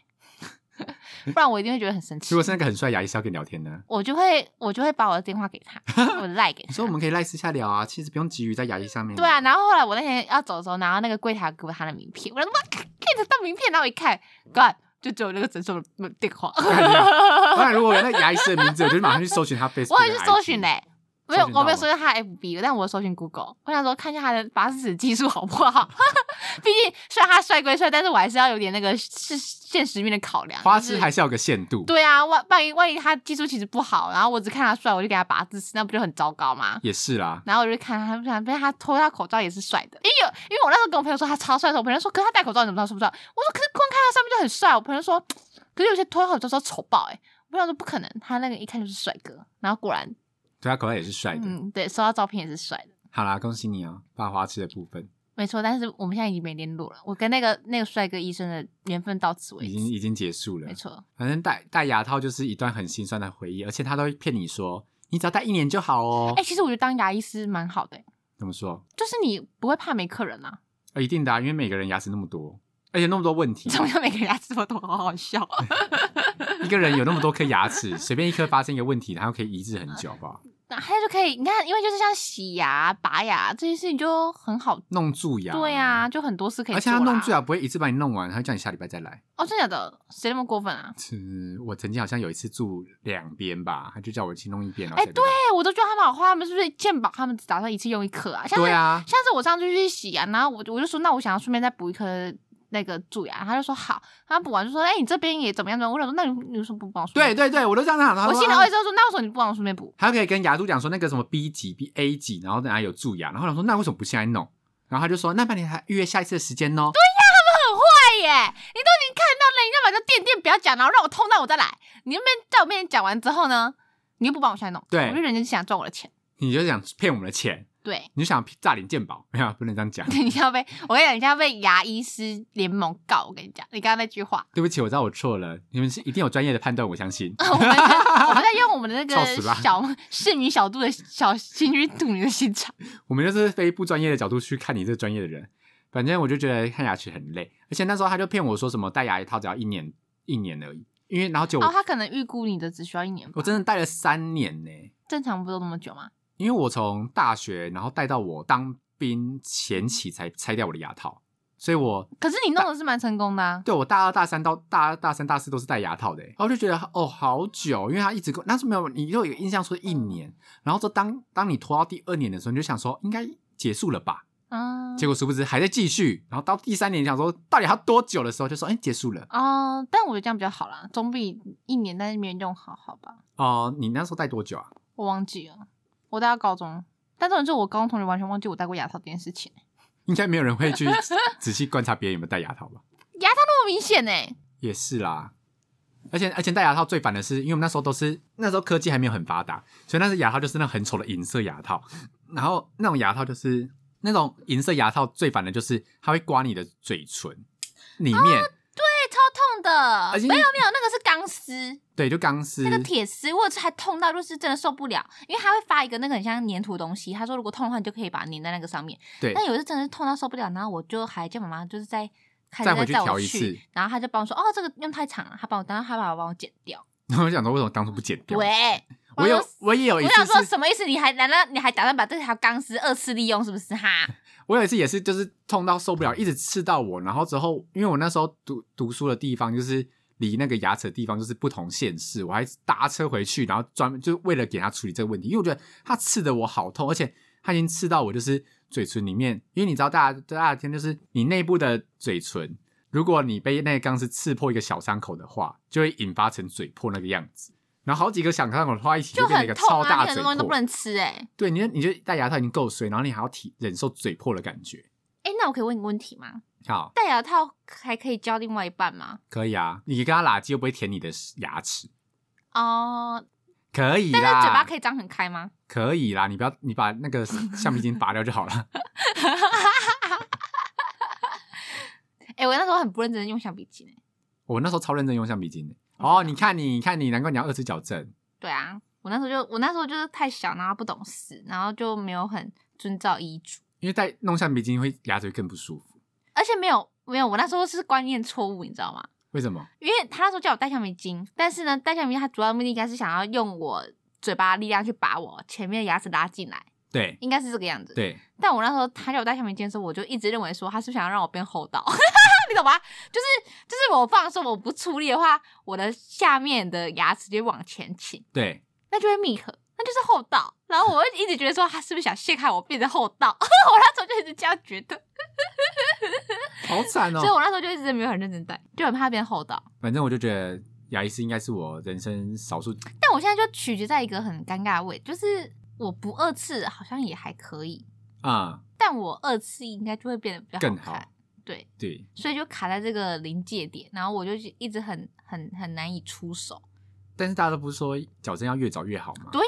B: 不然我一定会觉得很生气
A: 如。果是那个很帅的牙医师要跟你聊天呢，
B: 我就会我就会把我的电话给 他，我的赖给
A: 你
B: 他
A: 说。我们可以赖私下聊啊，其实不用急于在牙医上面。
B: 对啊，，然后后来我那天要走的时候，然后那个柜台给我他的名片，我他妈看得到名片，然后一看，干就只有那个诊所的电话，
A: 当然如果有那个牙医师的名字，我就马上去搜寻他 Facebook，
B: 我也
A: 跟
B: 去
A: IG
B: 搜寻嘞、，没有
A: 搜寻到
B: 我没有
A: 吗
B: 搜寻他的 FB，但我搜寻 Google，我想说看一下他的拔智齿技术好不好， 毕竟虽然他帅归帅，但是我还是要有点那个是现实面的考量，
A: 花
B: 就是
A: 痴还是要有个限度，
B: 对啊，万万一万一他技术其实不好，然后我只看他帅，我就给他拔智齿，那不就很糟糕吗？
A: 也是啦。
B: 然后我就看他，不想被他脱他口罩也是帅的，因为有因为我那时候跟我朋友说他超帅的时候，我朋友说可是他戴口罩你怎么知道帅不帅？我说可是光看他上面就很帅，我朋友说可是有些脱口罩之后丑爆哎、欸，我朋友说不可能，他那个一看就是帅哥，然后果然
A: 对他口袋也是帅的。
B: 嗯对，收到照片也是帅的，
A: 好啦，恭喜你哦，爸花痴的部分
B: 没错，但是我们现在已经没联络了，我跟那个那个帅哥医生的缘分到此为
A: 已经
B: 止，
A: 已经结束了哦
B: 没。错，
A: 反正戴戴牙套就是一段很心酸的回忆，而且他都会骗你说，你只要戴一年就好哦。
B: 哎、其实我觉得当牙医师蛮好的欸、
A: 怎么说？
B: 就是你不会怕没客人啊。
A: 呃，一定的、啊，因为每个人牙齿那么多，而且那么多问题，
B: 怎么样？每个人牙齿都多，好 好笑。
A: 一个人有那么多颗牙齿，随便一颗发生一个问题，然后可以移植很久，好不好？
B: 那他就可以，你看，因为就是像洗牙、拔牙这些事情就很好，
A: 弄蛀牙，
B: 对啊，，就很多事可以
A: 而且
B: 做啦。
A: 他弄蛀牙不会一次把你弄完，他会叫你下礼拜再来。
B: 哦，真的假的？谁那么过分啊？
A: 是我曾经好像有一次蛀两边吧，他就叫我去弄一边，然后
B: 哎、
A: 下礼拜
B: 对我都觉得他们好坏，他们是不是健保？他们只打算一次用一颗啊？像是
A: 对啊，
B: 像是我上次去洗牙，然后我我就说，那我想要顺便再补一颗那个蛀牙，他就说好，他补完就说，哎、你这边也怎么样怎么样？我想说，那你你为什么不帮我顺
A: 对
B: 便？
A: 对对，我都这样想。然后
B: 我
A: 说
B: 心里哦
A: 啊
B: 会就说，那为什么你不帮我顺便补？
A: 他可以跟牙都讲说那个什么 B 级、B A 级，然后等下有蛀牙，然后他说那为什么不现在弄？然后他就说那半年还预约下一次的时间哦。对，
B: 哎耶！你都已经看到了，你干嘛就垫垫不要讲，然后让我痛到我再来？你那边在我面前讲完之后呢，你又不帮我下弄，
A: 对
B: 我就人家就想赚我的钱，
A: 你就想骗我们的钱，
B: 对。。
A: 你就想诈领健保， 没有不能这样讲
B: 你要被我跟你讲，你要被牙医师联盟告。我跟你讲，你刚刚那句话，
A: 对不起，我知道我错了，你们是一定有专业的判断，我相信。
B: 我们在我们在用我们的那
A: 笑死
B: 个
A: 吧
B: 小市民小度的小心去度你的心肠。
A: 我们就是非不专业的角度去看你这个专业的人。反正我就觉得看牙齿很累，而且那时候他就骗我说什么戴牙一套只要一年一年而已，因为然后就、
B: 哦，他可能预估你的只需要一年吧
A: 我真的戴了三年呢、
B: 正常不都那么久吗？
A: 因为我从大学然后戴到我当兵前期才拆掉我的牙套，所以我
B: 可是你弄的是蛮成功的啊。
A: 对我大二、大三到大二、大三、大四都是戴牙套的、欸，然后我就觉得哦好久，因为他一直跟我那时候没有，你就有印象说一年，然后说当当你拖到第二年的时候，你就想说应该结束了吧，
B: 嗯，
A: 结果殊不知还在继续，然后到第三年你想说到底要多久的时候，就说哎、结束了
B: 哦，但我觉得这样比较好啦，总比一年在那边用好好吧。
A: 哦、你那时候戴多久啊？
B: 我忘记了，我戴到高中，但重点是我高中同学完全忘记我戴过牙套这件事情，
A: 应该没有人会去 仔细观察别人有没有戴牙套吧？
B: 牙套那么明显呢、
A: 也是啦，而且而且戴牙套最烦的是，因为我们那时候都是那时候科技还没有很发达，所以那只牙套就是那很丑的银色牙套，然后那种牙套就是那种银色牙套最烦的就是它会刮你的嘴唇里
B: 啊
A: 面，
B: 对，超痛的
A: 而且
B: 没有没有，那个是钢丝，
A: 对，就钢丝
B: 那个铁丝，我有次还痛到就是真的受不了，因为它会发一个那个很像粘土的东西，他说如果痛的话，你就可以把它粘在那个上面。
A: 对
B: 但有一次真的是痛到受不了，然后我就还叫妈妈就是在。开始
A: 再回
B: 在
A: 去
B: 带
A: 调
B: 我
A: 一次
B: 去，然后他就帮我说：“哦，这个用太长了。”他帮我，然后他把我帮我剪掉。
A: 然后 我想说为什么当初不剪掉？
B: 喂，
A: 我
B: 想
A: 有
B: 说
A: 我也有一
B: 我想
A: 次
B: 说
A: 是
B: 什么意思？你还难道你还打算把这条钢丝二次利用是不是 哈？
A: 我有一次也是，就是痛到受不了，一直刺到我，然后之后，因为我那时候读读书的地方就是离那个牙齿的地方就是不同县市，我还搭车回去，然后专门就是为了给他处理这个问题，因为我觉得他刺的我好痛，而且他已经刺到我就是嘴唇里面，因为你知道大家大家天就是你内部的嘴唇，如果你被那个钢丝刺破一个小伤口的话，就会引发成嘴破那个样子。然后好几个小伤口的话一起
B: 就
A: 变成一个
B: 很痛
A: 超
B: 啊，
A: 大
B: 那个
A: 嘴
B: 东西都不
A: 破。
B: 能吃哎、欸。
A: 对，你就你就戴牙套已经够衰，然后你还要体忍受嘴破的感觉。
B: 哎、那我可以问你个问题吗？
A: 好，
B: 戴牙套还可以交另外一半吗？
A: 可以啊，你跟他拉鸡又不会舔你的牙齿，
B: 哦、
A: 可以
B: 但是
A: 啦。
B: 嘴巴可以张很开吗？
A: 可以啦，你不要你把那个橡皮筋拔掉就好 了。
B: 哎、我那时候很不认真地用橡皮筋、欸。
A: 我那时候超认真用橡皮筋的。哦，你看你，你看你，难怪你要二次矫正。
B: 对啊，我那时候就我那时候就是太小，然后不懂事，然后就没有很遵照医嘱，
A: 因为戴弄橡皮筋会牙齿会更不舒服，
B: 而且没有没有，我那时候是观念错误，你知道吗？
A: 为什么？
B: 因为他那时候叫我戴橡皮筋，但是呢，戴橡皮筋它主要目的应该是想要用我嘴巴的力量去把我前面的牙齿拉进来，
A: 对
B: 应该是这个样子。
A: 对，
B: 但我那时候他叫我戴橡皮筋的时候，我就一直认为说他是不是想要让我变厚道， 你懂吗？就是就是我放松，我不出力的话，我的下面的牙齿就会往前倾，
A: 对，
B: 那就会密合，那就是厚道。然后我会一直觉得说他是不是想陷害我变成厚道， 我那时候就一直这样觉得，
A: 好惨
B: 所以
A: 哦。
B: 我那时候就一直没有很认真戴，就很怕变厚道。
A: 反正我就觉得牙医师应该是我人生少数
B: 但我现在就取决在一个很尴尬的位，就是我不二次好像也还可以，
A: 啊、
B: 但我二次应该就会变得比较
A: 更
B: 看。
A: 好。
B: 对，
A: 对，
B: 所以就卡在这个临界点，然后我就一直很很很难以出手。
A: 但是大家都不是说矫正要越早越好吗？
B: 对呀、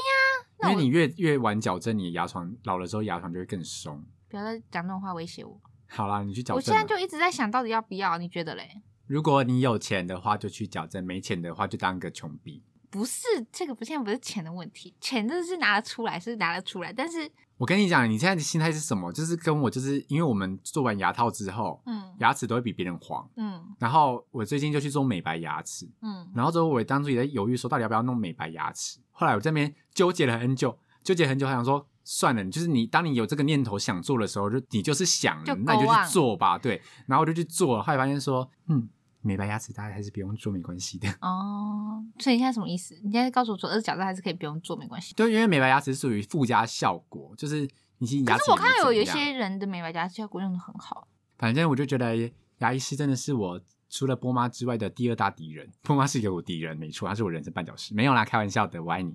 B: 那
A: 因
B: 我
A: 为你越越晚矫正，你的牙床老了之后牙床就会更松。
B: 不要再讲那种话威胁我。
A: 好啦，你去矫正啊。
B: 我现在就一直在想到底要不要，你觉得嘞？
A: 如果你有钱的话，就去矫正；没钱的话，就当个穷逼。
B: 不是这个不，现在不是钱的问题，钱真的是拿得出来，是拿得出来，但是
A: 我跟你讲，你现在的心态是什么？就是跟我，就是因为我们做完牙套之后，
B: 嗯
A: 牙齿都会比别人黄。
B: 嗯
A: 然后我最近就去做美白牙齿，
B: 嗯，
A: 然后之后我当初也在犹豫说，到底要不要弄美白牙齿。后来我这边纠结了很久，纠结很久，还想说算了，就是你当你有这个念头想做的时候，就你就是想
B: 就
A: 了，那你就
B: go on
A: 去做吧。对，然后我就去做了，后来发现说，嗯，美白牙齿大家还是不用做，没关系的。
B: 哦，所以你现在什么意思？你现在告诉我说，二脚趾还是可以不用做，没关系。
A: 对，因为美白牙齿是属于附加效果，就是你其实牙
B: 可
A: 齿
B: 是我看
A: 也没
B: 到有有一
A: 怎么样
B: 些人的美白牙齿效果用的很好，
A: 反正我就觉得牙医师真的是我除了波妈之外的第二大敌人。波妈是一个我敌人，没错，她是我人生绊脚石。没有啦，开玩笑的，我爱你。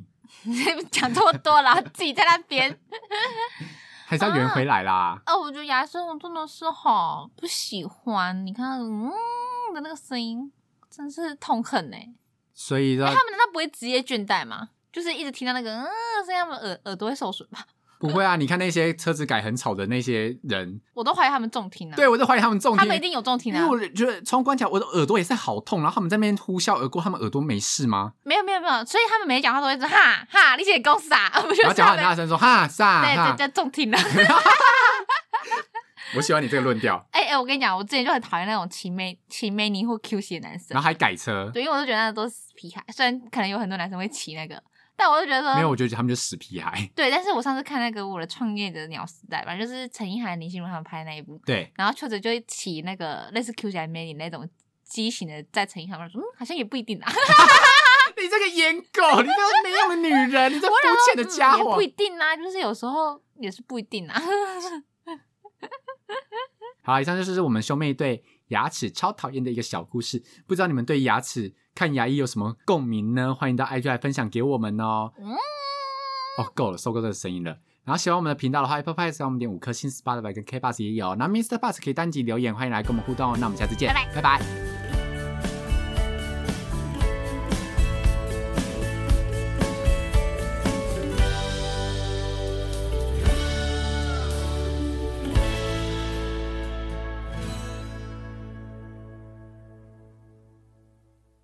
B: 讲这么多，然后自己在那边
A: 还是要圆回来啦。
B: 哦，我觉得牙生我真的是好不喜欢，你看，嗯的那个声音，真是痛恨呢、
A: 所以说
B: 哎他们难道不会职业倦怠吗？就是一直听到那个嗯的声音，他们耳耳朵会受损吧？
A: 不会啊，你看那些车子改很吵的那些人，
B: 我都怀疑他们重听啊，
A: 对我都怀疑他们中
B: 嗯他
A: 听，
B: 们一定有重听
A: 因
B: 啊
A: 为。我觉得冲关卡，我的耳朵也是好痛，然后他们在那边呼啸而过，他们耳朵没事吗？
B: 没有没有没有，所以他们每讲话都会说哈哈，你写公司啊， 不
A: 然
B: 就是
A: 后讲话
B: 他
A: 很大
B: 们
A: 声说哈撒
B: 对
A: 哈
B: 对，对重听了。
A: 我喜欢你这个论调，
B: 哎哎，我跟你讲，我之前就很讨厌那种齐妹齐妹尼或 Q 系的男生
A: 然，后还改 车，
B: 对，因为我就觉得那都是皮孩，虽然可能有很多男生会骑那个，但我就觉得说
A: 没有，我觉得他们就死皮孩，
B: 对，但是我上次看那个《我的创业者鸟时代》吧，就是陈意涵、林心如他们拍的那一部，
A: 对，
B: 然后邱泽就会骑那个类似 Q 起来 m a n y 那种畸形的，在陈意涵上说，嗯，好像也不 一定啊，
A: 你这个颜狗，你这个没用的女人，你这肤浅的家
B: 嗯也
A: 伙
B: 不一。定啊，就是有时候也是不一定啊。
A: 好，以上就是我们兄妹对牙齿超讨厌的一个小故事。不知道你们对牙齿看牙医有什么共鸣呢？欢迎到 IG 来分享给我们哦。
B: 嗯
A: 哦，够了，受够这个声音了。然后喜欢我们的频道的话，Apple Podcast 让我们点五颗星，Spotify 跟 K Bus 也有。然后 Mr. Bus 可以单集留言，欢迎来跟我们互动哦。那我们下次见，
B: 拜
A: 拜
B: 拜
A: 拜